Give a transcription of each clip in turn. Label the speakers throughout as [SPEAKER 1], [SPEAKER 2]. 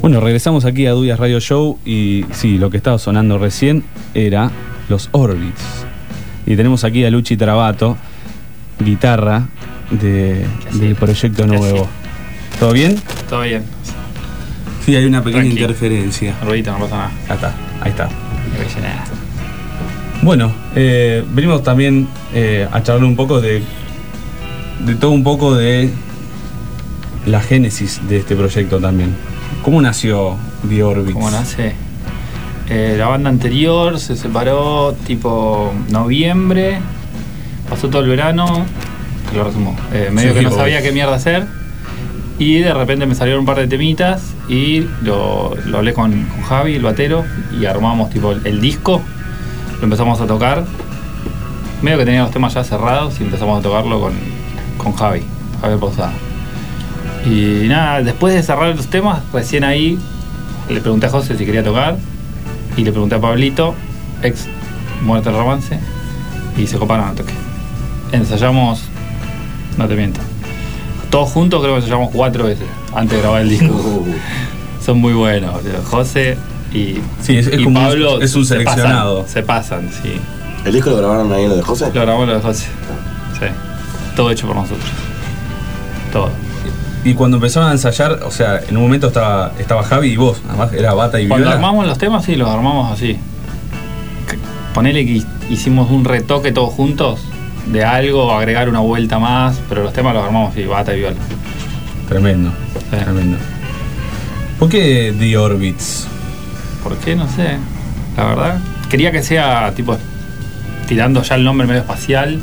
[SPEAKER 1] Bueno, regresamos aquí a Dubias Radio Show y sí, lo que estaba sonando recién era los Orbits. Y tenemos aquí a Luchi Travato, guitarra de- del proyecto nuevo. ¿Todo bien?
[SPEAKER 2] Todo bien.
[SPEAKER 3] Sí, hay una pequeña
[SPEAKER 2] Tranqui.
[SPEAKER 3] interferencia.
[SPEAKER 2] Ruidito, no pasa nada.
[SPEAKER 1] Ahí está, ahí está.
[SPEAKER 2] No pasa nada.
[SPEAKER 1] Bueno, eh, venimos también eh, a charlar un poco de, de todo un poco de la génesis de este proyecto también. ¿Cómo nació The Orbits?
[SPEAKER 2] ¿Cómo nace? Eh, la banda anterior se separó tipo noviembre, pasó todo el verano, que lo resumo, eh, medio
[SPEAKER 1] Sí,
[SPEAKER 2] que no
[SPEAKER 1] obvio.
[SPEAKER 2] sabía qué mierda hacer y de repente me salieron un par de temitas y lo, lo hablé con, con Javi, el batero, y armamos tipo el, el disco, lo empezamos a tocar, medio que tenía los temas ya cerrados y empezamos a tocarlo con, con Javi, Javi Posada. Y nada, después de cerrar los temas, recién ahí le pregunté a José si quería tocar y le pregunté a Pablito, ex Muerte al Romance, y se coparon al toque. Ensayamos, no te miento, todos juntos creo que ensayamos cuatro veces antes de grabar el disco. Son muy buenos, boludo. José y,
[SPEAKER 1] Sí, es- es
[SPEAKER 2] y
[SPEAKER 1] como un-
[SPEAKER 2] Pablo.
[SPEAKER 1] es un
[SPEAKER 2] se pasan,
[SPEAKER 1] seleccionado.
[SPEAKER 2] Se pasan, sí.
[SPEAKER 4] ¿El disco lo grabaron ahí en lo de José?
[SPEAKER 2] Lo grabamos lo de José. Sí. Todo hecho por nosotros. Todo.
[SPEAKER 1] Y cuando empezaron a ensayar, o sea, en un momento estaba, estaba Javi y vos, además era bata y
[SPEAKER 2] Cuando
[SPEAKER 1] viola.
[SPEAKER 2] armamos los temas, sí, los armamos así. Que- Ponele que hicimos un retoque todos juntos de algo, agregar una vuelta más, pero los temas los armamos así, bata y viola.
[SPEAKER 1] Tremendo,
[SPEAKER 2] Sí.
[SPEAKER 1] tremendo. ¿Por qué The Orbits?
[SPEAKER 2] ¿Por qué? No sé. La verdad. Quería que sea tipo tirando ya el nombre medio espacial.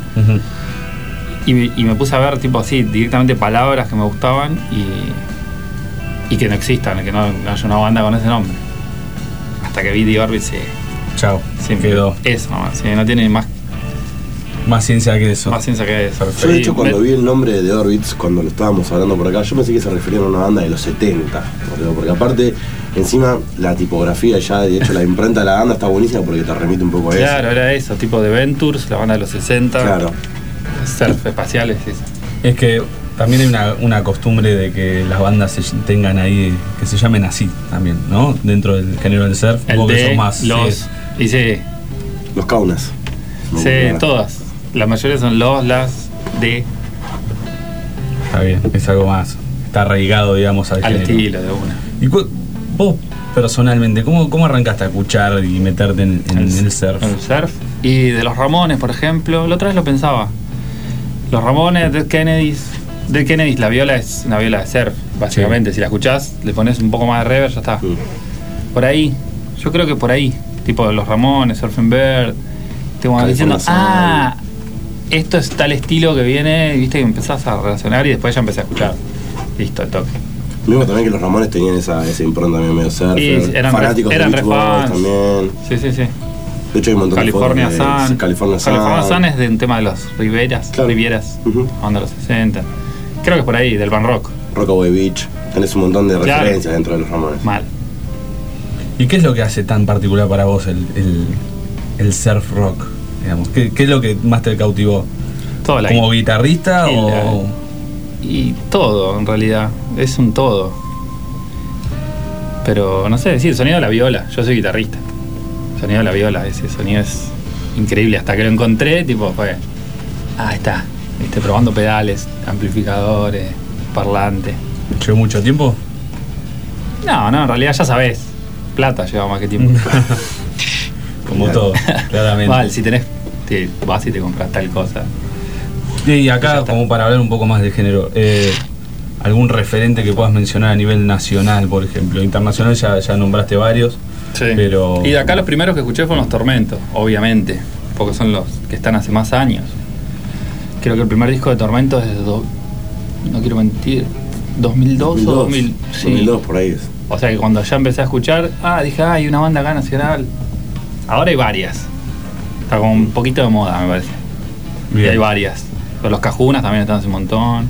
[SPEAKER 2] Y, me- y me puse a ver, tipo así, directamente palabras que me gustaban y, y que no existan, que no, no haya una banda con ese nombre. Hasta que vi The Orbit se,
[SPEAKER 1] Chao,
[SPEAKER 2] se-
[SPEAKER 1] quedó.
[SPEAKER 2] Eso nomás, sí, no tiene más,
[SPEAKER 1] Más ciencia que eso.
[SPEAKER 2] más ciencia que eso.
[SPEAKER 1] Perfecto.
[SPEAKER 4] Yo, de hecho,
[SPEAKER 2] Sí,
[SPEAKER 4] cuando
[SPEAKER 2] me-
[SPEAKER 4] vi el nombre de Orbits, cuando lo estábamos hablando por acá, yo pensé que se referían a una banda de los 70, boludo, porque aparte, encima, la tipografía ya, de hecho, la imprenta de la banda está buenísima porque te remite un poco a eso.
[SPEAKER 2] Claro, era eso, tipo de Ventures, la banda de los 60,
[SPEAKER 4] Claro.
[SPEAKER 2] surf espaciales, eso.
[SPEAKER 1] Es que también hay una, una costumbre de que las bandas se ll- tengan ahí, que se llamen así también, ¿no? Dentro del género del surf,
[SPEAKER 2] el
[SPEAKER 1] vos que
[SPEAKER 2] de
[SPEAKER 1] sos más.
[SPEAKER 2] los,
[SPEAKER 1] eh,
[SPEAKER 2] y sí,
[SPEAKER 4] Los Kaunas.
[SPEAKER 2] sí, todas, la mayoría son los, las, de,
[SPEAKER 1] está bien, es algo más. Está arraigado, digamos, al,
[SPEAKER 2] al
[SPEAKER 1] género.
[SPEAKER 2] estilo de una.
[SPEAKER 1] ¿Y cu- vos personalmente, cómo, cómo arrancaste a escuchar y meterte en, en el surf?
[SPEAKER 2] en el surf. Y de los Ramones, por ejemplo, la otra vez lo pensaba. Los Ramones, Dead Kennedys. Dead Kennedys, la viola es una viola de surf, básicamente. Si la escuchás, le pones un poco más de reverb, ya está.
[SPEAKER 4] Sí.
[SPEAKER 2] Por ahí, yo creo que por ahí. Tipo los Ramones, Surfing Bird. Te van
[SPEAKER 4] California
[SPEAKER 2] diciendo,
[SPEAKER 4] Soul.
[SPEAKER 2] ah, esto es tal estilo que viene, viste, que empezás a relacionar y después ya empecé a escuchar. Listo, el toque.
[SPEAKER 4] Mismo también que los Ramones tenían esa, esa impronta también medio surfer.
[SPEAKER 2] Y eran re-
[SPEAKER 4] fanáticos
[SPEAKER 2] eran
[SPEAKER 4] de
[SPEAKER 2] re
[SPEAKER 4] Beach Boys
[SPEAKER 2] fans.
[SPEAKER 4] también.
[SPEAKER 2] Sí, sí, sí.
[SPEAKER 4] De hecho, hay un montón
[SPEAKER 2] California
[SPEAKER 4] de fotos de-
[SPEAKER 2] Sun.
[SPEAKER 4] California Sun.
[SPEAKER 2] es de un tema de los Riveras.
[SPEAKER 4] Claro.
[SPEAKER 2] Rivieras.
[SPEAKER 4] Ujú.
[SPEAKER 2] Onda los 60. Creo que es por ahí, del Van Rock.
[SPEAKER 4] Rockaway Beach. Tenés un montón de
[SPEAKER 2] Claro.
[SPEAKER 4] referencias dentro de los Ramones.
[SPEAKER 2] Mal.
[SPEAKER 1] ¿Y qué es lo que hace tan particular para vos el, el- el surf rock? Digamos? ¿Qué, qué es lo que más te cautivó?
[SPEAKER 2] Todo la
[SPEAKER 1] ¿Como guitarrista
[SPEAKER 2] y
[SPEAKER 1] o.?
[SPEAKER 2] Y todo, en realidad. Es un todo. Pero no sé, sí, el sonido de la viola. Yo soy guitarrista. El sonido de la viola, ese sonido es increíble. Hasta que lo encontré, tipo, fue. Ah, está. Viste, probando pedales, amplificadores, parlantes.
[SPEAKER 1] ¿Llevó mucho tiempo?
[SPEAKER 2] No, no, en realidad ya sabes. Plata lleva más que tiempo.
[SPEAKER 1] Como todo, claramente.
[SPEAKER 2] Mal, si tenés, te vas y te compras tal cosa.
[SPEAKER 1] Y acá, como para hablar un poco más del género, eh, algún referente que puedas mencionar a nivel nacional, por ejemplo. Internacional ya, ya nombraste varios, pero.
[SPEAKER 2] Y de acá los primeros que escuché fueron los Tormentos, obviamente, porque son los que están hace más años. Creo que el primer disco de Tormentos es de do- no quiero mentir, 2002, o 2000, sí.
[SPEAKER 4] 2002, por ahí es.
[SPEAKER 2] O sea que cuando ya empecé a escuchar, ah, dije, ah, hay una banda acá nacional. Ahora hay varias. Está como un poquito de moda, me parece.
[SPEAKER 1] Bien.
[SPEAKER 2] Y hay varias. Pero los cajunas también están hace un montón.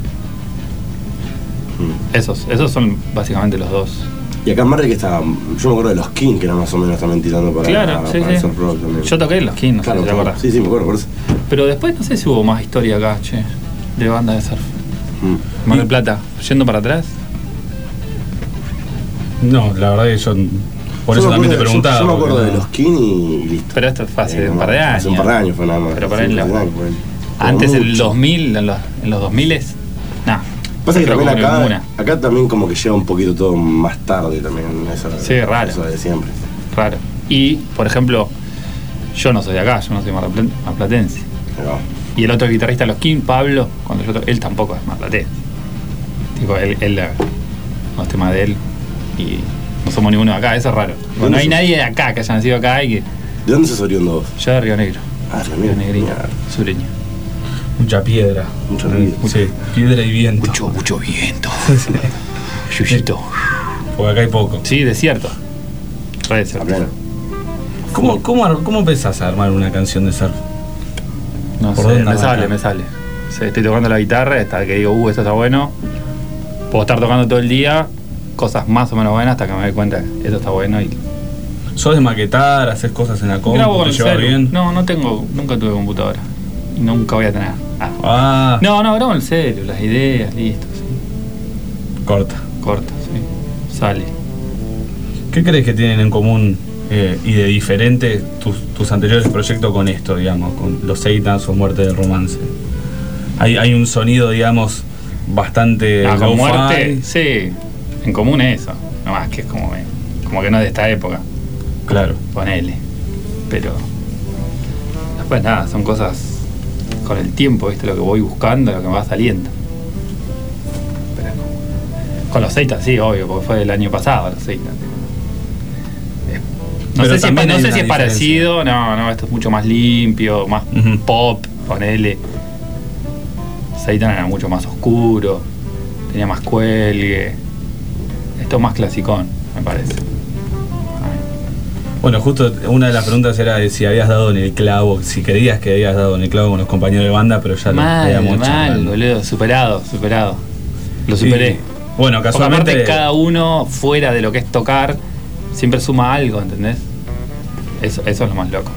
[SPEAKER 2] Esos, esos son básicamente los dos.
[SPEAKER 4] Mm. Y acá en Marley que estaba, yo me acuerdo de los King que eran más o menos también tirando para,
[SPEAKER 2] claro,
[SPEAKER 4] para
[SPEAKER 2] sí,
[SPEAKER 4] el
[SPEAKER 2] sí.
[SPEAKER 4] surf rock también.
[SPEAKER 2] Yo toqué en los King, no sé
[SPEAKER 4] claro,
[SPEAKER 2] si te
[SPEAKER 4] claro.
[SPEAKER 2] acordás.
[SPEAKER 4] Sí, sí, me acuerdo, por eso.
[SPEAKER 2] Pero después no sé si hubo más historia acá, che, de banda de surf.
[SPEAKER 4] Mm.
[SPEAKER 2] Mar del Plata, yendo para atrás.
[SPEAKER 1] No, la verdad que yo. Por
[SPEAKER 4] Yo
[SPEAKER 1] eso
[SPEAKER 4] me
[SPEAKER 1] también te
[SPEAKER 4] acuerdo- yo-
[SPEAKER 1] preguntaba.
[SPEAKER 4] Yo, me
[SPEAKER 1] porque
[SPEAKER 4] acuerdo de
[SPEAKER 1] no-
[SPEAKER 4] los Kini y listo.
[SPEAKER 2] Pero esto fue hace
[SPEAKER 4] Eh,
[SPEAKER 2] un par de
[SPEAKER 4] no,
[SPEAKER 2] años.
[SPEAKER 4] Hace un par de años fue nada más.
[SPEAKER 2] Pero por
[SPEAKER 4] Sí,
[SPEAKER 2] ahí
[SPEAKER 4] un
[SPEAKER 2] la-
[SPEAKER 4] par de años, bueno. Como
[SPEAKER 2] Antes en los
[SPEAKER 4] mucho.
[SPEAKER 2] 2000, en los, en los 2000 nada.
[SPEAKER 4] Pasa que también
[SPEAKER 2] ninguna.
[SPEAKER 4] acá, acá también como que llega un poquito todo más tarde también. Esa,
[SPEAKER 2] Sí, raro.
[SPEAKER 4] Eso de siempre.
[SPEAKER 2] Raro. Y, por ejemplo, yo no soy de acá, yo no soy marpla- marplatense.
[SPEAKER 4] Pero,
[SPEAKER 2] Y el otro guitarrista, los King, Pablo, cuando yo to- él tampoco es marplatense. Tipo, él, él eh, los temas de él y no somos ninguno de acá, eso es raro. Tipo, no
[SPEAKER 4] ¿Dónde
[SPEAKER 2] hay
[SPEAKER 4] sos?
[SPEAKER 2] nadie de acá que haya nacido acá y que.
[SPEAKER 4] ¿De dónde sos oriundo vos?
[SPEAKER 2] Yo de Río Negro,
[SPEAKER 4] Ah, Río
[SPEAKER 2] Río
[SPEAKER 4] Negro.
[SPEAKER 2] Negrito,
[SPEAKER 4] Mira,
[SPEAKER 2] sureño.
[SPEAKER 1] Mucha piedra.
[SPEAKER 4] Mucho ruido.
[SPEAKER 1] Sí, piedra y viento.
[SPEAKER 2] Mucho, mucho viento. Yuyito.
[SPEAKER 1] Porque acá hay poco.
[SPEAKER 2] Sí, desierto. Re desierto.
[SPEAKER 4] A pleno.
[SPEAKER 1] ¿Cómo, cómo, ar- cómo empezás a armar una canción de surf?
[SPEAKER 2] No
[SPEAKER 1] ¿Por
[SPEAKER 2] sé,
[SPEAKER 1] dónde
[SPEAKER 2] me
[SPEAKER 1] arranca?
[SPEAKER 2] sale, me sale. O sea, estoy tocando la guitarra hasta que digo, uh, esto está bueno. Puedo estar tocando todo el día cosas más o menos buenas hasta que me doy cuenta que esto está bueno y.
[SPEAKER 1] ¿Sos de maquetar? ¿Haces cosas en la compu? ¿Te llevas
[SPEAKER 2] celu.
[SPEAKER 1] bien?
[SPEAKER 2] No, no tengo, nunca tuve computadora. Y nunca voy a tener. Ah.
[SPEAKER 1] Ah,
[SPEAKER 2] No, no, grabo en el celu, las ideas, listo, sí.
[SPEAKER 1] corta.
[SPEAKER 2] Corto, sí. Sale.
[SPEAKER 1] ¿Qué crees que tienen en común eh, y de diferente tus, tus anteriores proyectos con esto, digamos, con Los Eitans o Muerte del Romance? Hay, hay un sonido, digamos, bastante.
[SPEAKER 2] Ah, con
[SPEAKER 1] lo-fi.
[SPEAKER 2] muerte, sí. En común es eso. Nomás que es como, me- como que no es de esta época.
[SPEAKER 1] Claro.
[SPEAKER 2] Ponele. Pero. Después nada, son cosas con el tiempo, ¿viste? Lo que voy buscando, lo que me va saliendo. Pero no. Con los Seitan, sí, obvio, porque fue el año pasado los Seitan. Eh, No
[SPEAKER 1] Pero
[SPEAKER 2] sé si, es,
[SPEAKER 1] también
[SPEAKER 2] no
[SPEAKER 1] hay
[SPEAKER 2] sé
[SPEAKER 1] una
[SPEAKER 2] si es
[SPEAKER 1] diferencia.
[SPEAKER 2] parecido, no, no, esto es mucho más limpio, más
[SPEAKER 1] Ujú.
[SPEAKER 2] pop, ponele. Seitan era mucho más oscuro, tenía más cuelgue. Esto es más clasicón, me parece.
[SPEAKER 1] Bueno, justo una de las preguntas era de si habías dado en el clavo, si creías que habías dado en el clavo con los compañeros de banda, pero ya lo
[SPEAKER 2] Mal,
[SPEAKER 1] habíamos
[SPEAKER 2] mal,
[SPEAKER 1] charlado.
[SPEAKER 2] boludo. Superado, superado. Lo
[SPEAKER 1] Sí.
[SPEAKER 2] superé.
[SPEAKER 1] Bueno,
[SPEAKER 2] Porque
[SPEAKER 1] casualmente.
[SPEAKER 2] aparte cada uno, fuera de lo que es tocar, siempre suma algo, ¿entendés? Eso, eso es lo más loco.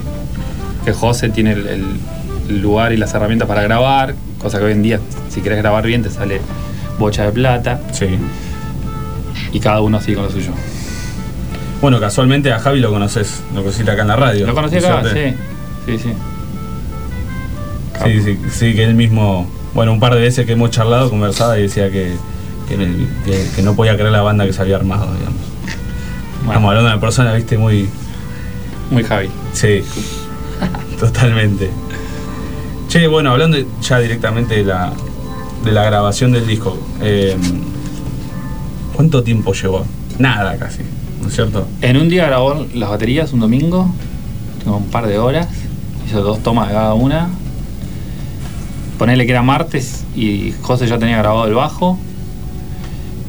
[SPEAKER 2] Que José tiene el, el- el lugar y las herramientas para grabar, cosa que hoy en día, si querés grabar bien, te sale bocha de plata.
[SPEAKER 1] Sí.
[SPEAKER 2] Y cada uno sigue con lo suyo.
[SPEAKER 1] Bueno, casualmente a Javi lo conoces, lo conociste acá en la radio.
[SPEAKER 2] Lo conocí
[SPEAKER 1] ¿no es
[SPEAKER 2] acá,
[SPEAKER 1] cierto?
[SPEAKER 2] sí. Sí, sí.
[SPEAKER 1] Sí, sí, sí, que él mismo, bueno, un par de veces que hemos charlado, conversado y decía que, que, en el- que- que no podía creer la banda que se había armado, digamos.
[SPEAKER 2] Bueno,
[SPEAKER 1] Estamos hablando de una persona, viste, muy...
[SPEAKER 2] muy Javi.
[SPEAKER 1] Sí, totalmente. Che, bueno, hablando de- ya directamente de la, de la grabación del disco, eh, ¿cuánto tiempo llevó? Nada casi, ¿no es cierto?
[SPEAKER 2] En un día grabó las baterías, un domingo, tuvo un par de horas, hizo dos tomas de cada una. Ponele que era martes y José ya tenía grabado el bajo.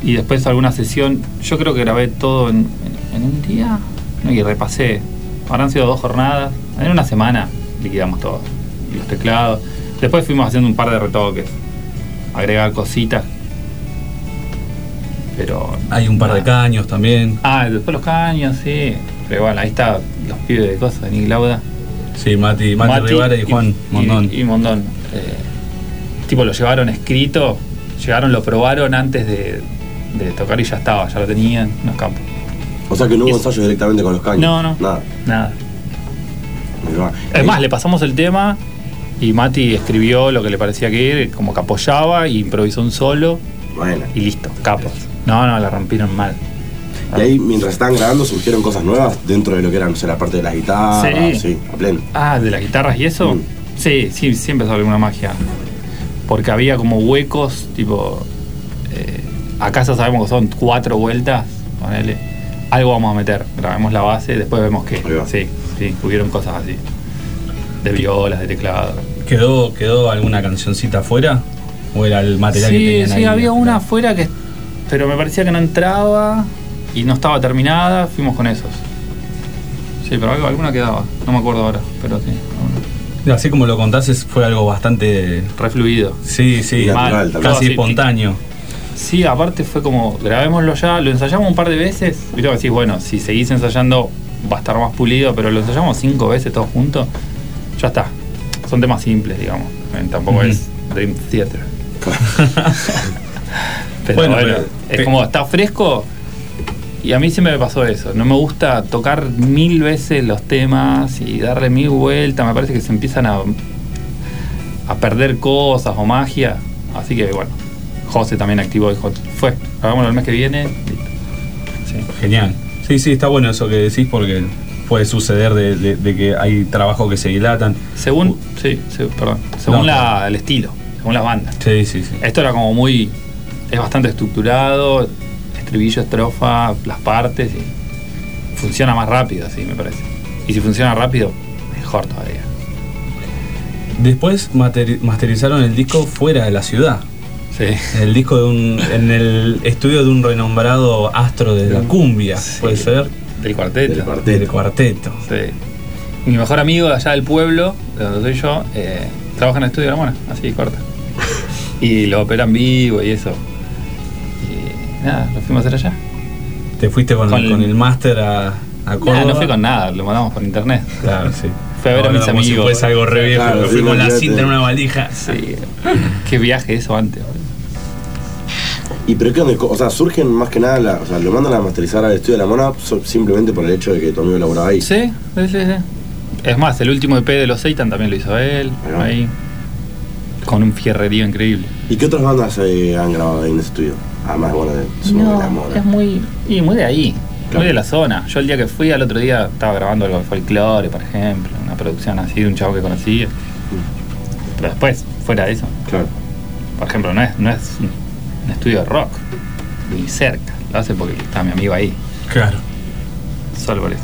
[SPEAKER 2] Y después alguna sesión, yo creo que grabé todo en, en- en un día ¿no? y repasé. Habrán sido dos jornadas, en una semana liquidamos todo, y los teclados. Después fuimos haciendo un par de retoques, agregar cositas. Pero.
[SPEAKER 1] Hay un par de
[SPEAKER 2] nada.
[SPEAKER 1] caños también.
[SPEAKER 2] Ah, después los caños, sí. Pero bueno, ahí está los pibes de cosas, de Nick Lauda.
[SPEAKER 1] Sí, Mati, Mati, Rivara y Juan Mondón.
[SPEAKER 2] Y, Mondón. Eh, tipo, lo llevaron escrito, llegaron, lo probaron antes de, de tocar y ya estaba, ya lo tenían, unos campos.
[SPEAKER 4] O sea que no hubo ensayos directamente con los caños.
[SPEAKER 2] No, no.
[SPEAKER 4] Nada.
[SPEAKER 2] Nada.
[SPEAKER 4] Ahí va.
[SPEAKER 2] Es más, le pasamos el tema y Mati escribió lo que le parecía que era, como que apoyaba y improvisó un solo
[SPEAKER 4] Bueno.
[SPEAKER 2] y listo, capos. No, no, la rompieron mal.
[SPEAKER 4] Y ahí, mientras estaban grabando, surgieron cosas nuevas dentro de lo que eran, o sea, la parte de las guitarras,
[SPEAKER 2] Sí.
[SPEAKER 4] sí, a pleno.
[SPEAKER 2] Ah, de las guitarras y eso.
[SPEAKER 4] Mm.
[SPEAKER 2] Sí, sí, siempre sale alguna magia. Porque había como huecos, tipo. eh, acá ya sabemos que son cuatro vueltas. Ponele. Algo vamos a meter. Grabemos la base, después vemos que.
[SPEAKER 4] Ahí va.
[SPEAKER 2] Sí, sí, hubieron cosas así. De violas, de teclado.
[SPEAKER 1] ¿Quedó, ¿Quedó alguna cancioncita afuera? ¿O era el material que
[SPEAKER 2] Sí,
[SPEAKER 1] tenían
[SPEAKER 2] sí,
[SPEAKER 1] ahí?
[SPEAKER 2] había una afuera que. Pero me parecía que no entraba y no estaba terminada. Fuimos con esos. Sí, pero algo- alguna quedaba. No me acuerdo ahora, pero sí. alguna.
[SPEAKER 1] Así como lo contaste, fue algo bastante.
[SPEAKER 2] Refluido.
[SPEAKER 1] Sí, sí,
[SPEAKER 4] Natural,
[SPEAKER 1] mal,
[SPEAKER 4] tal vez.
[SPEAKER 1] casi
[SPEAKER 2] Sí,
[SPEAKER 1] espontáneo.
[SPEAKER 2] Sí, aparte fue como, grabémoslo ya, lo ensayamos un par de veces. Viste que decís, bueno, si seguís ensayando va a estar más pulido, pero lo ensayamos cinco veces todos juntos, ya está. Son temas simples, digamos. Eh, Tampoco
[SPEAKER 1] Ujú.
[SPEAKER 2] es Dream Theater. pero
[SPEAKER 1] Bueno,
[SPEAKER 2] bueno,
[SPEAKER 1] pero-
[SPEAKER 2] es
[SPEAKER 1] pe-
[SPEAKER 2] como, está fresco, Y a mí siempre me pasó eso. No me gusta tocar mil veces los temas y darle mil vueltas. Me parece que se empiezan a, a perder cosas o magia. Así que bueno, José también activó dijo, fue, hagámoslo el mes que viene. Listo. Sí.
[SPEAKER 1] Genial. Sí, sí, está bueno eso que decís porque puede suceder de, de- de que hay trabajos que se dilatan.
[SPEAKER 2] Según, sí, sí, perdón. Según
[SPEAKER 1] No,
[SPEAKER 2] la, el estilo, según las bandas.
[SPEAKER 1] Sí, sí, sí.
[SPEAKER 2] Esto era como muy. Es bastante estructurado, estribillo, estrofa, las partes. y funciona más rápido, así me parece. Y si funciona rápido, mejor todavía.
[SPEAKER 1] Después materi- masterizaron el disco fuera de la ciudad.
[SPEAKER 2] Sí.
[SPEAKER 1] El disco de un, en el estudio de un renombrado astro de la cumbia,
[SPEAKER 2] Sí.
[SPEAKER 1] puede ser,
[SPEAKER 2] Del cuarteto.
[SPEAKER 4] Del cuarteto.
[SPEAKER 1] del cuarteto.
[SPEAKER 2] Sí. Mi mejor amigo de allá del pueblo, de donde soy yo, eh, trabaja en el estudio de la mona, así corta. Y lo operan vivo y eso. Y nada, lo fuimos a hacer allá.
[SPEAKER 1] Te fuiste con,
[SPEAKER 2] Con el-
[SPEAKER 1] con el máster a, a Córdoba.
[SPEAKER 2] Nah, Ah, no fui con nada, lo mandamos por internet.
[SPEAKER 1] Claro, sí.
[SPEAKER 2] Fui a ver a mis
[SPEAKER 1] como si
[SPEAKER 2] amigos.
[SPEAKER 1] fuese algo re viejo,
[SPEAKER 4] Claro,
[SPEAKER 1] que
[SPEAKER 4] sí,
[SPEAKER 1] fui con la
[SPEAKER 4] olvídate.
[SPEAKER 1] cinta en una valija.
[SPEAKER 2] Sí. Qué viaje eso antes. boludo.
[SPEAKER 4] Y pero qué onda, o sea, surgen más que nada, la- o sea, lo mandan a masterizar al estudio de la mona so- simplemente por el hecho de que tu amigo laboraba ahí.
[SPEAKER 2] Sí, sí, sí, sí. Es más, el último EP de los Seitan también lo hizo él,
[SPEAKER 4] Ahí va.
[SPEAKER 2] ahí. Con un fierrerío increíble.
[SPEAKER 4] ¿Y qué otras bandas eh, han grabado ahí en ese estudio? Además, bueno, de supongo que la
[SPEAKER 2] No,
[SPEAKER 4] mona.
[SPEAKER 2] es muy. Y muy de ahí,
[SPEAKER 4] Claro.
[SPEAKER 2] muy de la zona. Yo el día que fui, al otro día estaba grabando algo de folclore, por ejemplo, una producción así de un chavo que conocía. Pero después, fuera de eso,
[SPEAKER 4] Claro.
[SPEAKER 2] por ejemplo, no es, no es un- un estudio de rock, ni cerca. Lo hace porque está mi amigo ahí,
[SPEAKER 1] Claro.
[SPEAKER 2] solo por eso.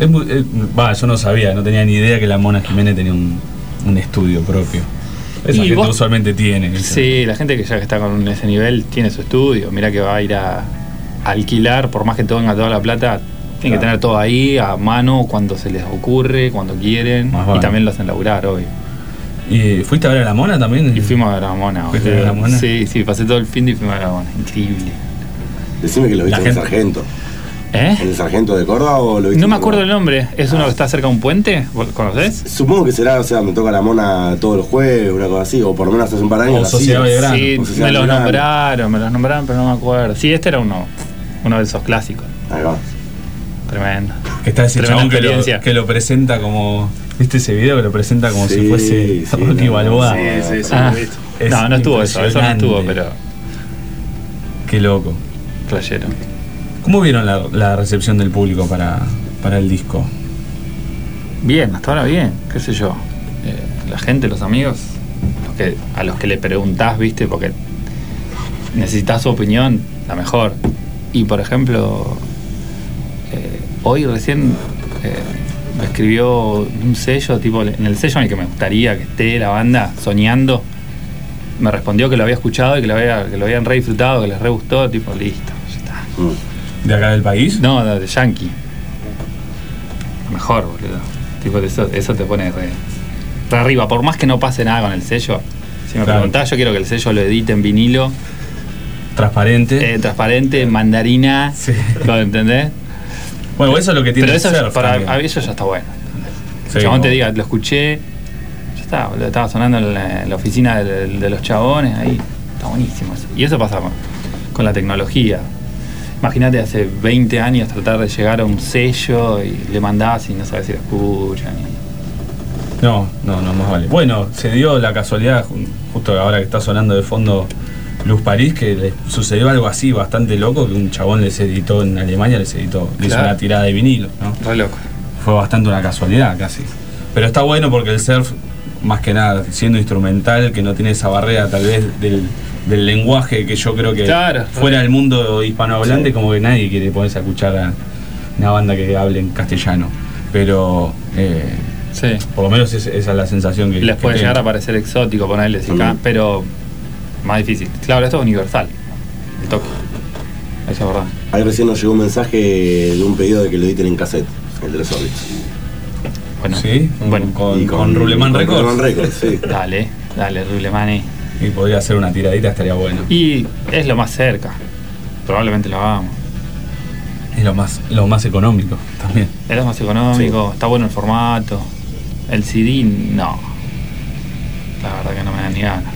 [SPEAKER 1] Es muy- eh, Va, yo no sabía, no tenía ni idea que la Mona Jiménez tenía un, un estudio propio. Esa
[SPEAKER 2] Y
[SPEAKER 1] gente
[SPEAKER 2] vos-
[SPEAKER 1] usualmente tiene. ¿viste?
[SPEAKER 2] Sí, la gente que ya que está con ese nivel tiene su estudio. Mira que va a ir a alquilar, por más que tenga toda la plata,
[SPEAKER 1] Claro.
[SPEAKER 2] tiene que tener todo ahí a mano cuando se les ocurre, cuando quieren.
[SPEAKER 1] Más
[SPEAKER 2] Y
[SPEAKER 1] vale.
[SPEAKER 2] también lo hacen laburar, obvio.
[SPEAKER 1] ¿Y fuiste a ver a la Mona también?
[SPEAKER 2] Y fuimos a Gramona.
[SPEAKER 1] ¿Fuiste
[SPEAKER 2] boludo.
[SPEAKER 1] a Gramona?
[SPEAKER 2] Sí, sí, pasé todo el fin de y fuimos a Gramona. Increíble.
[SPEAKER 4] Decime que lo
[SPEAKER 1] La
[SPEAKER 4] viste en el
[SPEAKER 1] gente-
[SPEAKER 4] sargento. ¿En
[SPEAKER 2] ¿Eh?
[SPEAKER 4] el sargento de Córdoba o lo viste?
[SPEAKER 2] No me
[SPEAKER 4] en
[SPEAKER 2] acuerdo el
[SPEAKER 4] otro
[SPEAKER 2] nombre. ¿Es uno que está cerca de un puente? ¿Vos ¿Conocés?
[SPEAKER 4] Supongo que será, o sea, me toca la mona todos los jueves, una cosa así, o por lo menos hace un par de años.
[SPEAKER 1] O
[SPEAKER 4] la hacía.
[SPEAKER 1] Sociedad Belgrano.
[SPEAKER 2] Sí,
[SPEAKER 4] Pues,
[SPEAKER 2] me
[SPEAKER 4] sí,
[SPEAKER 2] los
[SPEAKER 4] Belgrano.
[SPEAKER 2] nombraron, me los nombraron, pero no me acuerdo. Sí, este era uno, uno de esos clásicos.
[SPEAKER 4] Ahí va.
[SPEAKER 2] Tremendo.
[SPEAKER 1] Que está ese
[SPEAKER 2] Tremenda
[SPEAKER 1] chabón que lo,
[SPEAKER 2] experiencia.
[SPEAKER 1] que lo presenta como. ¿Viste ese video que lo presenta como
[SPEAKER 4] Sí,
[SPEAKER 1] si fuese
[SPEAKER 4] sí,
[SPEAKER 1] Rocky
[SPEAKER 4] no,
[SPEAKER 1] Balboa?
[SPEAKER 4] sí.
[SPEAKER 2] Ah,
[SPEAKER 1] Es
[SPEAKER 2] no, no estuvo eso, eso no estuvo, pero
[SPEAKER 1] Qué loco.
[SPEAKER 2] playero.
[SPEAKER 1] ¿Cómo vieron la, la recepción del público para, para el disco?
[SPEAKER 2] Bien, hasta ahora bien, qué sé yo. Eh, la gente, los amigos, los que, a los que le preguntás, viste, porque necesitas su opinión, la mejor. Y por ejemplo, eh, hoy recién eh, me escribió un sello, tipo, en el sello en el que me gustaría que esté la banda, soñando, me respondió que lo había escuchado y que lo, había, que lo habían re disfrutado, que les re gustó, tipo, listo, ya está.
[SPEAKER 4] Mm.
[SPEAKER 1] ¿De acá del país?
[SPEAKER 2] No, no, de Yankee. Mejor, boludo. Tipo, eso, eso te pone re, re arriba. Por más que no pase nada con el sello. Si me
[SPEAKER 1] Claro.
[SPEAKER 2] preguntás, yo quiero que el sello lo edite en vinilo,
[SPEAKER 1] Transparente.
[SPEAKER 2] eh, transparente, mandarina.
[SPEAKER 1] Sí.
[SPEAKER 2] ¿Lo entendés?
[SPEAKER 1] bueno, eso es lo que tiene
[SPEAKER 2] Pero
[SPEAKER 1] que
[SPEAKER 2] eso,
[SPEAKER 1] ser.
[SPEAKER 2] para
[SPEAKER 1] también.
[SPEAKER 2] a eso ya está bueno.
[SPEAKER 1] Sí,
[SPEAKER 2] el chabón te
[SPEAKER 1] como-
[SPEAKER 2] diga, lo escuché. Ya está, boludo. Estaba sonando en la, en la oficina del- de, los chabones. Ahí está buenísimo eso. Y eso pasa con, con la tecnología. Imagínate hace 20 años tratar de llegar a un sello y le mandás y no sabes si lo escuchan. y-
[SPEAKER 1] No, no, no, más vale. Bueno, se dio la casualidad, ju- justo ahora que está sonando de fondo Luz París, que le sucedió algo así bastante loco, que un chabón les editó en Alemania, les editó, le hizo
[SPEAKER 2] Claro.
[SPEAKER 1] una tirada de vinilo, ¿no?
[SPEAKER 2] Re loco.
[SPEAKER 1] Fue bastante una casualidad casi. Pero está bueno porque el surf, más que nada, siendo instrumental, que no tiene esa barrera tal vez del, del lenguaje que yo creo que
[SPEAKER 2] Claro.
[SPEAKER 1] fuera del mundo hispanohablante,
[SPEAKER 4] Sí.
[SPEAKER 1] como que nadie quiere ponerse a escuchar a una banda que hable en castellano. Pero... eh,
[SPEAKER 2] Sí.
[SPEAKER 1] por lo menos es- esa es la sensación que.
[SPEAKER 2] Les
[SPEAKER 1] que
[SPEAKER 2] puede
[SPEAKER 1] tengo.
[SPEAKER 2] llegar a parecer exótico ponerle
[SPEAKER 4] Ujú.
[SPEAKER 2] acá, pero más difícil. Claro, esto es universal. El toque. Eso es verdad.
[SPEAKER 4] Ahí recién nos llegó un mensaje de un pedido de que lo editen en cassette, el de los Orbits.
[SPEAKER 2] Bueno,
[SPEAKER 1] Sí,
[SPEAKER 2] bueno.
[SPEAKER 1] bueno, con, con, Ruleman
[SPEAKER 4] con
[SPEAKER 1] Records.
[SPEAKER 4] Ruleman Records, sí.
[SPEAKER 2] Dale, dale, Rulemani.
[SPEAKER 1] Y podría hacer una tiradita, estaría bueno.
[SPEAKER 2] Y es lo más cerca. Probablemente lo hagamos.
[SPEAKER 1] Es lo más, lo más económico también.
[SPEAKER 2] Es lo más económico, está bueno el formato. El CD, no. La verdad que no me da ni ganas.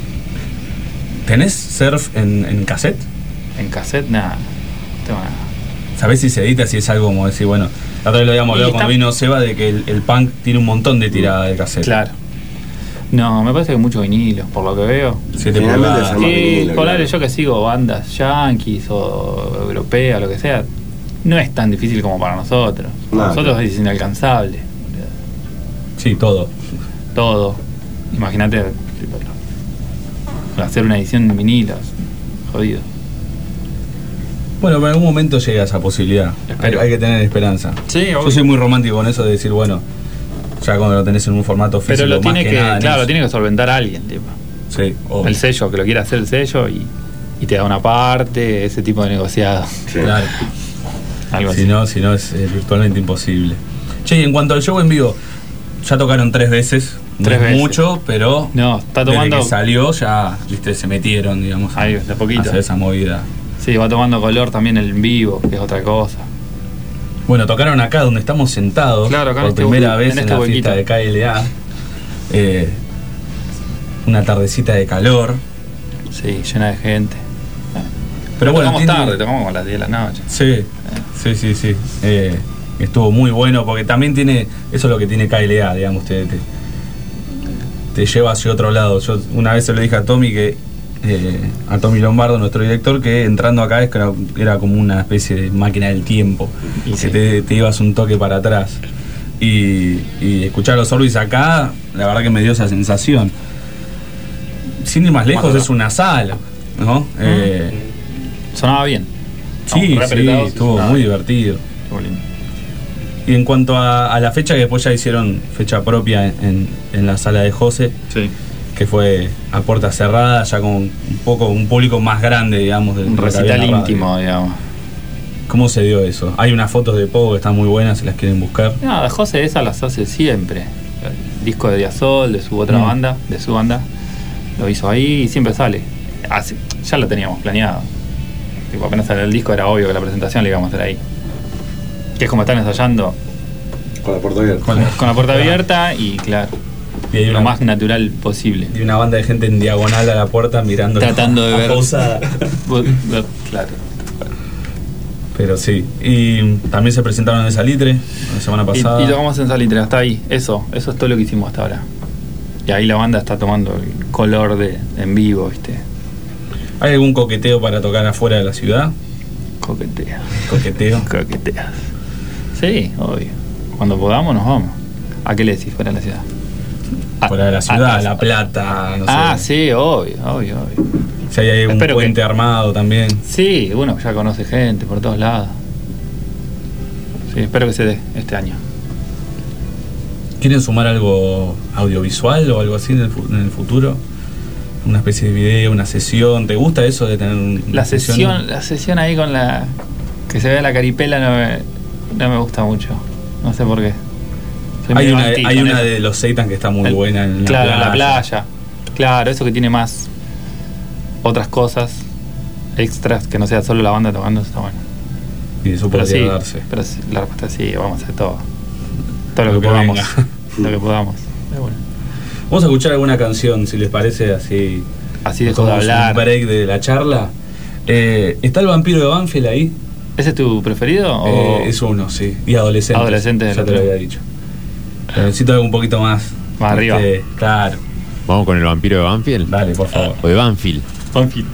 [SPEAKER 1] ¿Tenés surf en, en cassette?
[SPEAKER 2] En cassette, nada. tema.
[SPEAKER 1] ¿Sabés si se edita? Si es algo como decir, bueno, la otra vez lo habíamos hablado
[SPEAKER 2] Y
[SPEAKER 1] cuando
[SPEAKER 2] está-
[SPEAKER 1] vino Seba de que el, el punk tiene un montón de tirada de cassette.
[SPEAKER 2] Claro. No, me parece que mucho vinilo, por lo que veo.
[SPEAKER 1] Siete
[SPEAKER 4] Generalmente
[SPEAKER 1] pulgadas.
[SPEAKER 4] se- Más
[SPEAKER 2] Y
[SPEAKER 4] vinilo,
[SPEAKER 2] ponele,
[SPEAKER 4] claro.
[SPEAKER 2] yo que sigo bandas yankees o europeas, lo que sea, no es tan difícil como para nosotros.
[SPEAKER 4] No,
[SPEAKER 2] Para nosotros
[SPEAKER 4] claro.
[SPEAKER 2] es inalcanzable. boludo.
[SPEAKER 1] Sí, todo.
[SPEAKER 2] Todo. Imagínate hacer una edición en vinilos. Jodido.
[SPEAKER 1] Bueno, pero en algún momento llega esa posibilidad. Hay,
[SPEAKER 2] Espero.
[SPEAKER 1] hay que tener esperanza.
[SPEAKER 2] Sí,
[SPEAKER 1] Yo soy muy romántico con eso de decir, bueno, ya cuando lo tenés en un formato físico,
[SPEAKER 2] Pero lo
[SPEAKER 1] más
[SPEAKER 2] tiene que,
[SPEAKER 1] nada en
[SPEAKER 2] claro,
[SPEAKER 1] eso.
[SPEAKER 2] lo tiene que solventar alguien, tipo.
[SPEAKER 1] Sí, obvio.
[SPEAKER 2] El sello, que lo quiera hacer el sello y, y te da una parte, ese tipo de negociado.
[SPEAKER 4] Sí.
[SPEAKER 1] Claro.
[SPEAKER 2] Algo
[SPEAKER 1] Si
[SPEAKER 2] así.
[SPEAKER 1] no, si no es eh, virtualmente imposible. Che, y en cuanto al show en vivo, ya tocaron tres veces. No
[SPEAKER 2] Tres
[SPEAKER 1] es
[SPEAKER 2] veces.
[SPEAKER 1] Mucho, pero.
[SPEAKER 2] No, está
[SPEAKER 1] desde
[SPEAKER 2] tomando.
[SPEAKER 1] que salió ya, viste, se metieron, digamos.
[SPEAKER 2] Ahí, de a
[SPEAKER 1] a
[SPEAKER 2] poquito.
[SPEAKER 1] hacer esa movida.
[SPEAKER 2] Sí, va tomando color también el en vivo, que es otra cosa.
[SPEAKER 1] Bueno, tocaron acá donde estamos sentados.
[SPEAKER 2] Claro, acá en
[SPEAKER 1] por
[SPEAKER 2] este
[SPEAKER 1] primera
[SPEAKER 2] huequi-
[SPEAKER 1] vez
[SPEAKER 2] en
[SPEAKER 1] en,
[SPEAKER 2] este
[SPEAKER 1] la
[SPEAKER 2] huequito.
[SPEAKER 1] fiesta de KLA. Eh, una tardecita de calor.
[SPEAKER 2] Sí, llena de gente.
[SPEAKER 1] Pero bueno,
[SPEAKER 2] tocamos
[SPEAKER 1] tiene-
[SPEAKER 2] tarde, tocamos como a las 10 de la noche.
[SPEAKER 1] Sí, sí, sí, sí. Eh, estuvo muy bueno porque también tiene, eso es lo que tiene KLA, digamos, te, te, te lleva hacia otro lado. Yo una vez se lo dije a Tommy que eh, a Tommy Lombardo, nuestro director, que entrando acá es que era- era como una especie de máquina del tiempo,
[SPEAKER 2] Y
[SPEAKER 1] que
[SPEAKER 2] sí.
[SPEAKER 1] te, te ibas un toque para atrás. Y, y escuchar a los Orbis acá, la verdad que me dio esa sensación. Sin ir más lejos,
[SPEAKER 2] Bueno.
[SPEAKER 1] es una sala,
[SPEAKER 2] Mm.
[SPEAKER 1] ¿no? Eh,
[SPEAKER 2] Sonaba bien.
[SPEAKER 1] sí,
[SPEAKER 2] Estamos re
[SPEAKER 1] sí,
[SPEAKER 2] apretados,
[SPEAKER 1] estuvo
[SPEAKER 2] sonaba
[SPEAKER 1] muy
[SPEAKER 2] bien.
[SPEAKER 1] divertido.
[SPEAKER 2] Estuvo lindo.
[SPEAKER 1] Y en cuanto a, a la fecha, que después ya hicieron fecha propia en, en la sala de José,
[SPEAKER 2] Sí.
[SPEAKER 1] que fue a puerta cerrada, ya con un poco un público más grande, digamos, del
[SPEAKER 2] Un
[SPEAKER 1] que había en
[SPEAKER 2] recital
[SPEAKER 1] la radio.
[SPEAKER 2] íntimo, digamos.
[SPEAKER 1] ¿Cómo se dio eso? Hay unas fotos de Pogo que están muy buenas, si las quieren buscar.
[SPEAKER 2] Nada, José esas las hace siempre. El disco de Diazol, de su otra
[SPEAKER 1] Mm.
[SPEAKER 2] banda, de su banda, lo hizo ahí y siempre sale. Así, ya lo teníamos planeado. Tipo, apenas salió el disco era obvio que la presentación le íbamos a hacer ahí. Que es como están ensayando
[SPEAKER 4] Con la puerta abierta.
[SPEAKER 1] Con la-
[SPEAKER 2] con la puerta
[SPEAKER 1] Claro.
[SPEAKER 2] abierta y claro,
[SPEAKER 1] Y hay
[SPEAKER 2] lo
[SPEAKER 1] una,
[SPEAKER 2] más natural posible.
[SPEAKER 1] y una banda de gente en diagonal a la puerta mirando.
[SPEAKER 2] Tratando de
[SPEAKER 1] a
[SPEAKER 2] ver.
[SPEAKER 1] Posada.
[SPEAKER 2] Vos-
[SPEAKER 1] Mm.
[SPEAKER 2] ver- claro.
[SPEAKER 1] Pero sí. Y también se presentaron en Salitre la semana
[SPEAKER 2] Y,
[SPEAKER 1] pasada.
[SPEAKER 2] y tocamos en Salitre, hasta ahí. Eso, eso es todo lo que hicimos hasta ahora. Y ahí la banda está tomando el color de en vivo, viste.
[SPEAKER 1] ¿Hay algún coqueteo para tocar afuera de la ciudad?
[SPEAKER 2] Coquetea.
[SPEAKER 1] Coqueteo.
[SPEAKER 2] Coqueteas. Sí, obvio. Cuando podamos nos vamos. ¿A qué le decís fuera de la ciudad? A-
[SPEAKER 1] Fuera de la ciudad,
[SPEAKER 2] a-
[SPEAKER 1] La Plata, no sé.
[SPEAKER 2] ah, sí, obvio, obvio, obvio.
[SPEAKER 1] Si hay un
[SPEAKER 2] Espero que-
[SPEAKER 1] puente armado también.
[SPEAKER 2] Sí, uno ya conoce gente por todos lados. Sí, espero que se dé este año.
[SPEAKER 1] ¿Quieren sumar algo audiovisual o algo así en el, fu- en el futuro? Una especie de video, una sesión. ¿Te gusta eso de tener un- una
[SPEAKER 2] La sesión, la sesión ahí con la. que se vea la caripela no me, no me gusta mucho. No sé por qué. Soy
[SPEAKER 1] Hay
[SPEAKER 2] medio
[SPEAKER 1] una,
[SPEAKER 2] anti
[SPEAKER 1] hay
[SPEAKER 2] con
[SPEAKER 1] una
[SPEAKER 2] eso.
[SPEAKER 1] de los Seitan que está muy
[SPEAKER 2] El-
[SPEAKER 1] buena en la
[SPEAKER 2] claro, en la
[SPEAKER 1] playa.
[SPEAKER 2] playa. Claro, eso que tiene más otras cosas extras que no sea solo la banda tocando, está bueno.
[SPEAKER 1] Y eso
[SPEAKER 2] Pero
[SPEAKER 1] podría
[SPEAKER 2] sí,
[SPEAKER 1] darse.
[SPEAKER 2] pero sí, la respuesta es sí, vamos a hacer todo. Todo lo,
[SPEAKER 1] Lo
[SPEAKER 2] que,
[SPEAKER 1] que
[SPEAKER 2] podamos.
[SPEAKER 1] venga.
[SPEAKER 2] Lo que podamos. De una.
[SPEAKER 1] Vamos a escuchar alguna canción, si les parece, así.
[SPEAKER 2] Así dejo de
[SPEAKER 1] tomamos
[SPEAKER 2] hablar.
[SPEAKER 1] Un break de la charla. Eh, ¿Está el vampiro de Banfield ahí?
[SPEAKER 2] ¿Ese es tu preferido? o
[SPEAKER 1] Eh, es uno, sí. Y adolescente.
[SPEAKER 2] Adolescente Oh. del
[SPEAKER 1] Ya te lo
[SPEAKER 2] otro.
[SPEAKER 1] había dicho. Pero necesito algo un poquito más.
[SPEAKER 2] Más arriba.
[SPEAKER 1] este, Claro.
[SPEAKER 5] Vamos con el vampiro de Banfield.
[SPEAKER 1] Dale, por favor.
[SPEAKER 5] O de Banfield.
[SPEAKER 2] Banfield.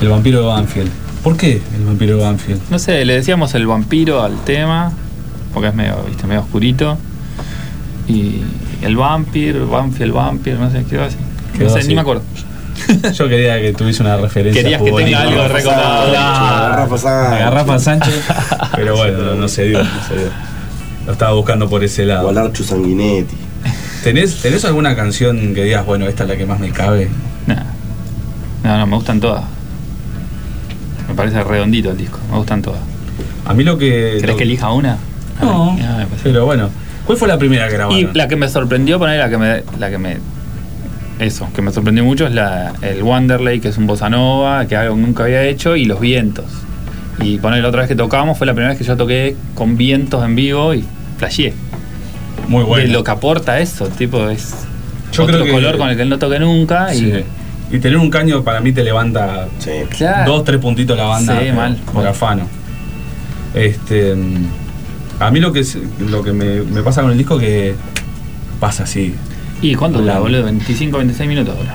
[SPEAKER 1] El vampiro de Banfield. ¿Por qué el vampiro de Banfield?
[SPEAKER 2] No sé, le decíamos el vampiro al tema, porque es medio, viste, medio oscurito. Y el vampir, Banfield, vampir, no sé, quedó así.
[SPEAKER 1] Quedó
[SPEAKER 2] no sé,
[SPEAKER 1] así.
[SPEAKER 2] ni me acuerdo.
[SPEAKER 1] Yo quería que tuviese una referencia.
[SPEAKER 2] Querías que
[SPEAKER 1] futbolística.
[SPEAKER 2] tenga algo de recordado.
[SPEAKER 4] La Rafa
[SPEAKER 1] La
[SPEAKER 4] Sánchez.
[SPEAKER 1] garrafa Sánchez, pero bueno, no, no se dio, no se dio. Lo estaba buscando por ese
[SPEAKER 4] O al
[SPEAKER 1] lado.
[SPEAKER 4] Archu Sanguinetti.
[SPEAKER 1] ¿Tenés, ¿Tenés alguna canción que digas, bueno, esta es la que más me cabe?
[SPEAKER 2] Nah. No, no, me gustan todas. Me parece redondito el disco, me gustan todas.
[SPEAKER 1] A mí lo que.
[SPEAKER 2] ¿Querés
[SPEAKER 1] lo-
[SPEAKER 2] que elija una?
[SPEAKER 1] No,
[SPEAKER 2] Ah, me parece-
[SPEAKER 1] pero bueno. ¿Cuál fue la primera que grabaron?
[SPEAKER 2] Y la que me sorprendió, poner la que me. La que me eso, que me sorprendió mucho es la, el Wanderley, que es un bossa nova, que algo nunca había hecho, y los vientos. Y poner la otra vez que tocamos fue la primera vez que yo toqué con vientos en vivo y flasheé.
[SPEAKER 1] Muy buena.
[SPEAKER 2] Y lo que aporta eso, tipo, es
[SPEAKER 1] Yo
[SPEAKER 2] otro
[SPEAKER 1] creo que-
[SPEAKER 2] color con el que él no toqué nunca.
[SPEAKER 1] Sí. Y tener un caño para mí te levanta
[SPEAKER 4] Sí.
[SPEAKER 2] Y, claro.
[SPEAKER 1] dos, tres puntitos la banda.
[SPEAKER 2] Sí, mal.
[SPEAKER 1] Por afano. Este. mm, A mí lo que, es- lo que me, me pasa con el disco que pasa así.
[SPEAKER 2] ¿Y cuánto dura,
[SPEAKER 1] Claro.
[SPEAKER 2] boludo? 25, 26 minutos dura.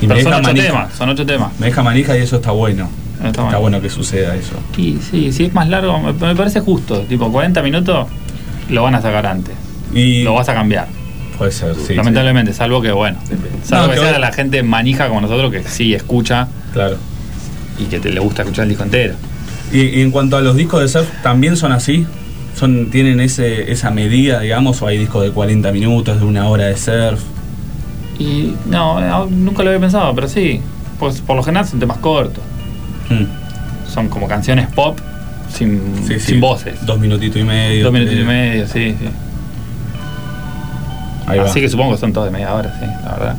[SPEAKER 1] Y me
[SPEAKER 2] Pero son
[SPEAKER 1] deja,
[SPEAKER 2] ocho
[SPEAKER 1] manija,
[SPEAKER 2] temas, son ocho temas.
[SPEAKER 1] me deja manija y eso está bueno.
[SPEAKER 2] No está mal.
[SPEAKER 1] Está bueno que suceda eso.
[SPEAKER 2] Y sí, si es más largo, me, me parece justo. Tipo, 40 minutos lo van a sacar antes.
[SPEAKER 1] Y
[SPEAKER 2] Lo vas a cambiar,
[SPEAKER 1] puede ser, sí.
[SPEAKER 2] lamentablemente. Salvo que, bueno,
[SPEAKER 1] No,
[SPEAKER 2] salvo que
[SPEAKER 1] que
[SPEAKER 2] sea
[SPEAKER 1] bueno.
[SPEAKER 2] la gente manija como nosotros que sí escucha
[SPEAKER 1] sí, claro.
[SPEAKER 2] y que te, le gusta escuchar el disco entero.
[SPEAKER 1] Y, y en cuanto a los discos de surf, ¿también son así? Son, ¿Tienen ese, esa medida, digamos? ¿O hay discos de 40 minutos, de una hora de surf?
[SPEAKER 2] Y no, no, nunca lo había pensado, pero sí. Pues por lo general son temas cortos.
[SPEAKER 1] Mm,
[SPEAKER 2] Son como canciones pop sin,
[SPEAKER 1] sí,
[SPEAKER 2] sin
[SPEAKER 1] sí,
[SPEAKER 2] voces.
[SPEAKER 1] Dos minutitos y medio.
[SPEAKER 2] Dos minutos y
[SPEAKER 1] tres.
[SPEAKER 2] medio, sí, sí.
[SPEAKER 1] Ahí va.
[SPEAKER 2] Así que supongo que son todos de media hora, sí, la verdad.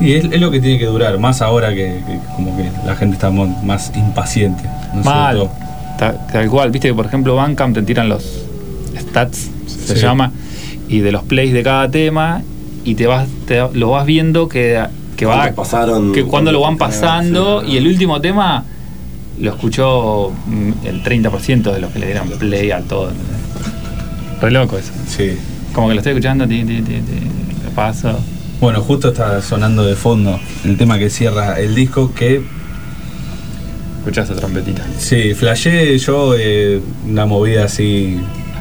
[SPEAKER 1] Y es, es lo que tiene que durar, más ahora que, que como que la gente está mo- más impaciente. ¿no es
[SPEAKER 2] Mal.
[SPEAKER 1] cierto?
[SPEAKER 2] Ta- Tal cual, viste que por ejemplo Bandcamp te tiran los stats, se
[SPEAKER 1] Sí.
[SPEAKER 2] llama, y de los plays de cada tema, y te vas, te, lo vas viendo que, que va.
[SPEAKER 4] ¿Cuántos pasaron?
[SPEAKER 2] que cuando lo
[SPEAKER 1] Ah,
[SPEAKER 2] van
[SPEAKER 4] ¿Cuántos
[SPEAKER 2] pasando.
[SPEAKER 4] pasaron?
[SPEAKER 2] Y el último tema lo escuchó mm, el 30% de los que le dieron play a todo. ¿entendés? Re loco eso.
[SPEAKER 1] Sí.
[SPEAKER 2] Como que lo estoy escuchando, ti, ti, ti, ti, lo paso.
[SPEAKER 1] Bueno, justo está sonando de fondo el tema que cierra el disco que
[SPEAKER 2] Escuchás esa trompetita.
[SPEAKER 1] Sí, flashé yo eh, una movida así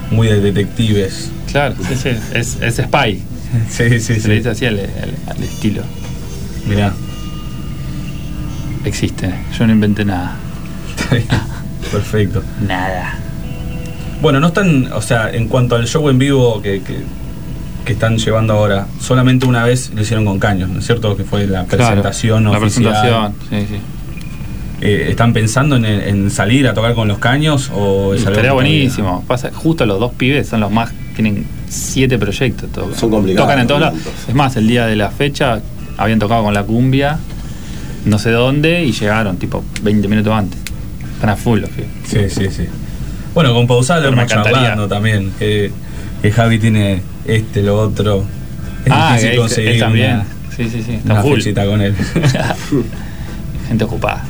[SPEAKER 1] muy de detectives.
[SPEAKER 2] Claro, sí, sí, es, es spy.
[SPEAKER 1] Sí, sí,
[SPEAKER 2] Se le dice así al- al- al estilo.
[SPEAKER 1] Mirá.
[SPEAKER 2] Existe, yo no inventé nada.
[SPEAKER 1] Está bien. Perfecto.
[SPEAKER 2] Nada.
[SPEAKER 1] Bueno, no están, o sea, en cuanto al show en vivo que, que, que están llevando ahora, solamente una vez lo hicieron con caños, ¿no es cierto? Que fue la presentación
[SPEAKER 2] La
[SPEAKER 1] oficial.
[SPEAKER 2] presentación, sí, sí.
[SPEAKER 1] Eh, ¿Están pensando en, en salir a tocar con los caños o es algo
[SPEAKER 2] Mm, Estaría
[SPEAKER 1] que todavía-
[SPEAKER 2] buenísimo. Pasa, justo los dos pibes son los más. Tienen siete proyectos. to-
[SPEAKER 4] Son complicados,
[SPEAKER 2] Tocan en todos lados.
[SPEAKER 4] complicados.
[SPEAKER 2] Es más, el día de la fecha habían tocado con la cumbia, no sé dónde, y llegaron tipo 20 minutos antes. Están a full los pibes.
[SPEAKER 1] Sí, sí, sí. Bueno, con Pausada lo
[SPEAKER 2] Pero me
[SPEAKER 1] hemos
[SPEAKER 2] encantaría.
[SPEAKER 1] charlando también. Que, que Javi tiene este, lo otro. Es
[SPEAKER 2] Ah, que
[SPEAKER 1] difícil
[SPEAKER 2] él-
[SPEAKER 1] conseguir
[SPEAKER 2] él también.
[SPEAKER 1] una,
[SPEAKER 2] sí, sí, sí. Está
[SPEAKER 1] una
[SPEAKER 2] full.
[SPEAKER 1] fechita con él.
[SPEAKER 2] Gente ocupada.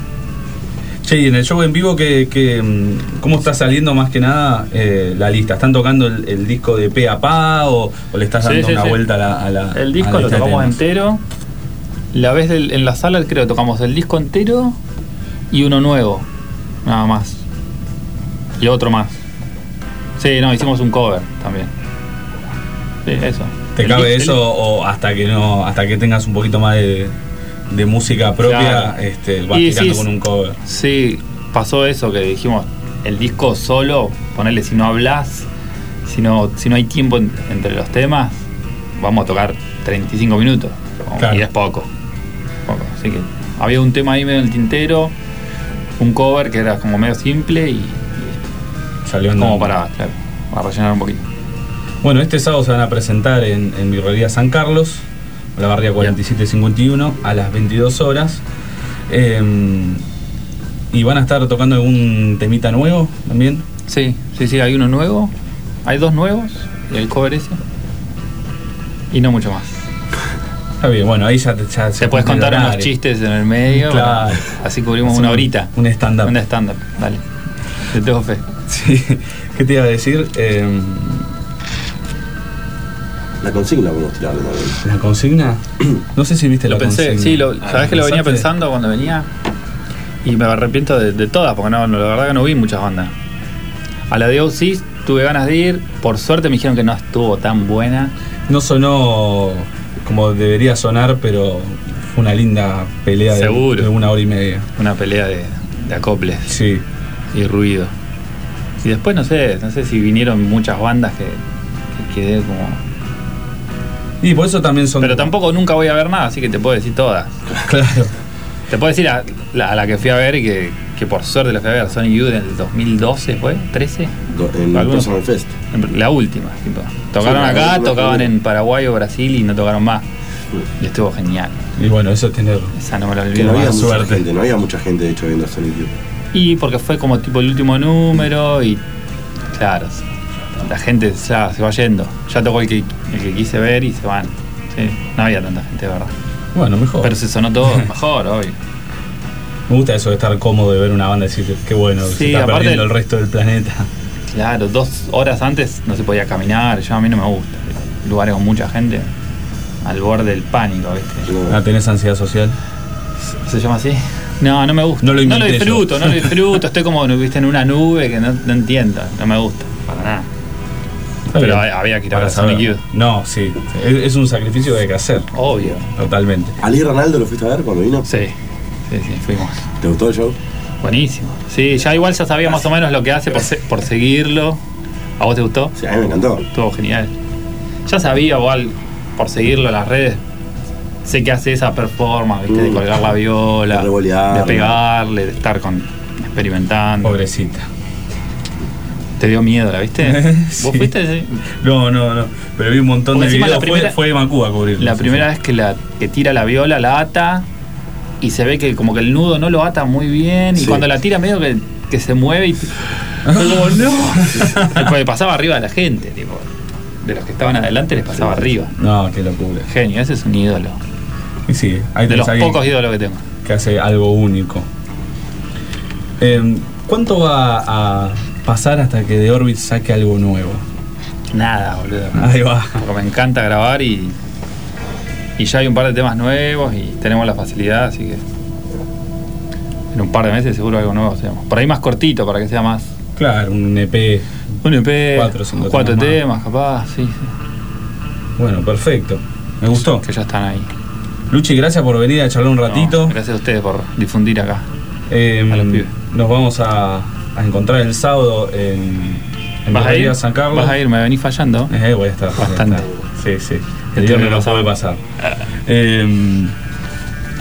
[SPEAKER 1] che, y en el show en vivo, que, mm, ¿cómo está saliendo más que nada eh, la lista? ¿Están tocando el, el disco de pe a pa o, o le estás
[SPEAKER 2] Sí,
[SPEAKER 1] dando
[SPEAKER 2] sí,
[SPEAKER 1] una
[SPEAKER 2] sí.
[SPEAKER 1] vuelta a la, a la- a la Ah,
[SPEAKER 2] El disco lo
[SPEAKER 1] lista de
[SPEAKER 2] tocamos
[SPEAKER 1] temas?
[SPEAKER 2] entero. La vez del- en la sala creo que tocamos el disco entero y uno nuevo. Nada más. Y otro más. Sí, no, hicimos un cover también. Sí, eso.
[SPEAKER 1] ¿Te
[SPEAKER 2] El
[SPEAKER 1] cabe
[SPEAKER 2] disco- el-
[SPEAKER 1] eso o hasta que no hasta que tengas un poquito más de, de música propia,
[SPEAKER 2] Claro.
[SPEAKER 1] este, vas
[SPEAKER 2] Y
[SPEAKER 1] tirando
[SPEAKER 2] sí,
[SPEAKER 1] con un cover?
[SPEAKER 2] Sí, pasó eso que dijimos, el disco solo, ponerle si no hablas, si no, si no hay tiempo en- entre los temas, vamos a tocar 35 minutos. ¿no?
[SPEAKER 1] Claro.
[SPEAKER 2] Y es poco. Poco. Así que había un tema ahí medio en el tintero, un cover que era como medio simple y, y
[SPEAKER 1] Salió
[SPEAKER 2] como
[SPEAKER 1] andando.
[SPEAKER 2] para, claro, para rellenar un poquito.
[SPEAKER 1] Bueno, este sábado se van a presentar en, en Birrería San Carlos, la barría 4751, a las 22 horas. Eh, y van a estar tocando algún temita nuevo también.
[SPEAKER 2] Sí, sí, sí, hay uno nuevo, hay dos nuevos, y el cover ese. Y no mucho más.
[SPEAKER 1] Está bien, bueno, ahí ya, te- ya
[SPEAKER 2] Te puedes
[SPEAKER 1] cumple el
[SPEAKER 2] contar unos
[SPEAKER 1] horario.
[SPEAKER 2] chistes en el medio.
[SPEAKER 1] Claro.
[SPEAKER 2] bueno, así cubrimos
[SPEAKER 1] Hacemos
[SPEAKER 2] una horita.
[SPEAKER 1] Un stand-up.
[SPEAKER 2] Un stand-up, dale. Te tengo fe.
[SPEAKER 1] Em, Sí. ¿Qué te iba a decir? Eh,
[SPEAKER 4] La consigna podemos tirarle también.
[SPEAKER 1] ¿La consigna? No sé si viste
[SPEAKER 2] Lo
[SPEAKER 1] la
[SPEAKER 2] pensé,
[SPEAKER 1] consigna.
[SPEAKER 2] sí, lo,
[SPEAKER 1] Ah,
[SPEAKER 2] sabes que lo venía
[SPEAKER 1] pensaste?
[SPEAKER 2] pensando cuando venía y me arrepiento de, de todas, porque no, no, la verdad que no vi muchas bandas. A la de OC tuve ganas de ir, por suerte me dijeron que no estuvo tan buena.
[SPEAKER 1] No sonó como debería sonar, pero fue una linda pelea de-
[SPEAKER 2] Seguro.
[SPEAKER 1] de una hora y media.
[SPEAKER 2] Una pelea de, de acoples
[SPEAKER 1] Sí.
[SPEAKER 2] y ruido. Y después no sé, no sé si vinieron muchas bandas que, que quedé como.
[SPEAKER 1] Y por eso también son.
[SPEAKER 2] Pero tampoco nunca voy a ver nada, así que te puedo decir todas.
[SPEAKER 1] Claro.
[SPEAKER 2] Te puedo decir a la, a la que fui a ver y que, que por suerte la fui a ver, Sony Youth en el 2012, ¿fue? ¿13?
[SPEAKER 4] Do- En el
[SPEAKER 2] Algunos-
[SPEAKER 4] Personal Fest.
[SPEAKER 2] La última, tipo. Tocaron
[SPEAKER 4] Sí, la
[SPEAKER 2] acá,
[SPEAKER 4] última,
[SPEAKER 2] tocaban
[SPEAKER 4] la
[SPEAKER 2] en Paraguay o Brasil y no tocaron más. Y estuvo genial.
[SPEAKER 1] Y bueno, eso es tener.
[SPEAKER 2] Esa no me la
[SPEAKER 4] Que
[SPEAKER 2] olvido
[SPEAKER 4] no había
[SPEAKER 2] más.
[SPEAKER 4] mucha
[SPEAKER 1] suerte.
[SPEAKER 4] gente, no había mucha gente de hecho viendo a Sonic Youth.
[SPEAKER 2] Y porque fue como tipo el último número y. Claro. La gente ya se va yendo. Ya tocó el que, el que quise ver y se van. Sí, no había tanta gente, de verdad.
[SPEAKER 1] Bueno,
[SPEAKER 4] Oh.
[SPEAKER 1] mejor.
[SPEAKER 2] Pero se sonó todo mejor, obvio.
[SPEAKER 1] Me gusta eso de estar cómodo de ver una banda y decir qué bueno,
[SPEAKER 2] Sí,
[SPEAKER 1] se está
[SPEAKER 2] aparte-
[SPEAKER 1] perdiendo el resto del planeta.
[SPEAKER 2] Claro, dos horas antes no se podía caminar. Yo a mí no me gusta. Lugares con mucha gente. Al borde del pánico, ¿viste?
[SPEAKER 4] No.
[SPEAKER 1] Ah, tenés ansiedad social.
[SPEAKER 2] ¿Se llama así? No, no me gusta.
[SPEAKER 1] No lo inventé yo.
[SPEAKER 2] disfruto, no lo disfruto. Estoy como viste, en una nube que no, no entiendo. No me gusta, para nada.
[SPEAKER 1] Está
[SPEAKER 2] Pero
[SPEAKER 1] bien.
[SPEAKER 2] ha- había que ir a
[SPEAKER 1] Para
[SPEAKER 2] ver Sonic
[SPEAKER 1] saber.
[SPEAKER 2] Youth.
[SPEAKER 1] No, sí. Es, es un sacrificio que hay que hacer.
[SPEAKER 2] Obvio.
[SPEAKER 1] Totalmente.
[SPEAKER 4] ¿Ali Ronaldo lo fuiste a ver cuando vino?
[SPEAKER 2] Sí, sí, sí, fuimos.
[SPEAKER 4] ¿Te gustó el show?
[SPEAKER 2] Buenísimo. Sí, ya igual ya sabía más o menos lo que hace por, se- por seguirlo. ¿A vos te gustó?
[SPEAKER 4] Sí, a mí me encantó.
[SPEAKER 2] Estuvo genial. Ya sabía igual por seguirlo en las redes. Sé que hace esa performance, ¿viste? de
[SPEAKER 4] Mm.
[SPEAKER 2] colgar la viola,
[SPEAKER 4] De revolear.
[SPEAKER 2] de pegarle, de estar con experimentando.
[SPEAKER 1] Pobrecita.
[SPEAKER 2] Te dio miedo, ¿la viste?
[SPEAKER 1] Sí.
[SPEAKER 2] ¿Vos fuiste? Sí.
[SPEAKER 1] No, no, no. Pero vi un montón
[SPEAKER 2] Porque
[SPEAKER 1] de
[SPEAKER 2] encima
[SPEAKER 1] videos.
[SPEAKER 2] la primera-
[SPEAKER 1] fue, fue Macú a cubrirlo.
[SPEAKER 2] La
[SPEAKER 1] sí,
[SPEAKER 2] primera
[SPEAKER 1] sí.
[SPEAKER 2] vez que la que tira la viola, la ata y se ve que como que el nudo no lo ata muy bien y
[SPEAKER 4] Sí.
[SPEAKER 2] cuando la tira medio que, que se mueve y fue como no. Porque pasaba arriba de la gente, tipo, de los que estaban adelante les pasaba arriba.
[SPEAKER 1] No, qué locura.
[SPEAKER 2] Genio, ese es un ídolo.
[SPEAKER 1] Y sí, ahí
[SPEAKER 2] De
[SPEAKER 1] tenés
[SPEAKER 2] los
[SPEAKER 1] alguien
[SPEAKER 2] pocos ídolos que tengo.
[SPEAKER 1] que hace algo único. Eh, ¿Cuánto va a pasar hasta que The Orbit saque algo nuevo?
[SPEAKER 2] Nada, boludo.
[SPEAKER 1] Ahí va.
[SPEAKER 2] Porque me encanta grabar y y ya hay un par de temas nuevos y tenemos la facilidad, así que en un par de meses seguro algo nuevo hacemos. Por ahí más cortito para que sea más
[SPEAKER 1] Claro, un E EP.
[SPEAKER 2] Un EP,
[SPEAKER 1] Cuatro, cinco
[SPEAKER 2] cuatro
[SPEAKER 1] temas
[SPEAKER 2] temas, capaz, sí, sí,
[SPEAKER 1] Bueno, perfecto. Me gustó.
[SPEAKER 2] que ya están ahí.
[SPEAKER 1] Luchi, gracias por venir a charlar un ratito.
[SPEAKER 2] No, gracias a ustedes por difundir acá.
[SPEAKER 1] Eh,
[SPEAKER 2] a los pibes.
[SPEAKER 1] nos vamos a, a encontrar el sábado en, en
[SPEAKER 2] ¿Vas a,
[SPEAKER 1] Barbería
[SPEAKER 2] ir?
[SPEAKER 1] San Carlos.
[SPEAKER 2] Vas a ir, me venís fallando.
[SPEAKER 1] Eh, voy a estar. voy a
[SPEAKER 2] Bastante.
[SPEAKER 1] estar. Sí, sí. El
[SPEAKER 2] Este
[SPEAKER 1] viernes no
[SPEAKER 2] Ah. viernes
[SPEAKER 1] puede pasar. Eh,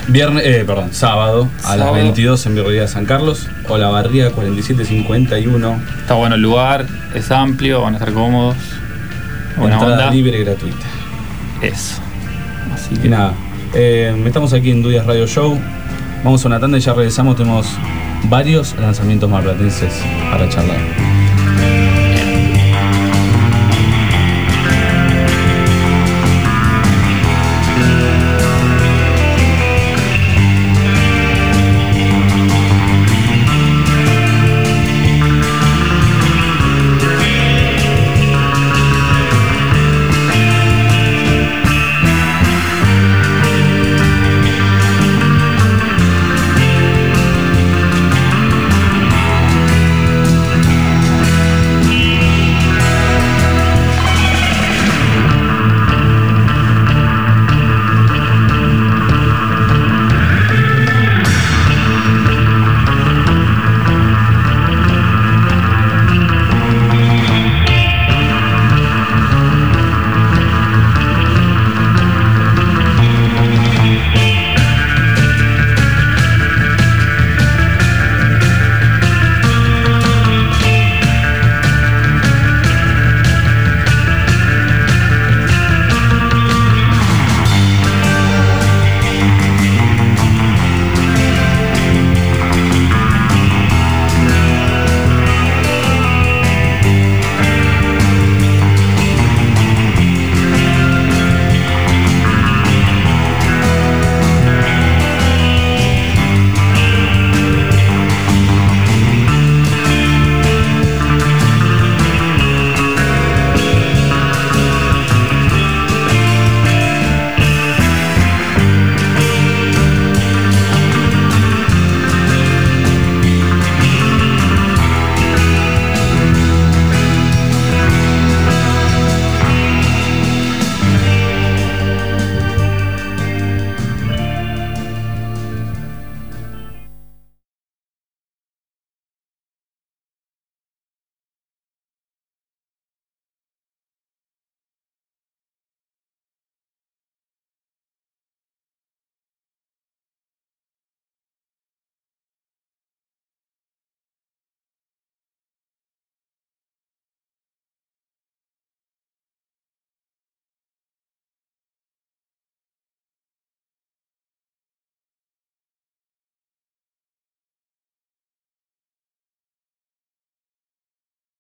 [SPEAKER 1] viernes, eh, perdón, sábado a las
[SPEAKER 2] Sábado.
[SPEAKER 1] 22 en Barbería San Carlos o la barría 4751.
[SPEAKER 2] Está bueno el lugar, es amplio, van a estar cómodos. Buena
[SPEAKER 1] entrada
[SPEAKER 2] onda.
[SPEAKER 1] libre y gratuita.
[SPEAKER 2] Eso. Así
[SPEAKER 1] Y
[SPEAKER 2] que
[SPEAKER 1] nada, eh, estamos aquí en Dudias Radio Show. Vamos a una tanda y ya regresamos. Tenemos varios lanzamientos marplatenses para charlar.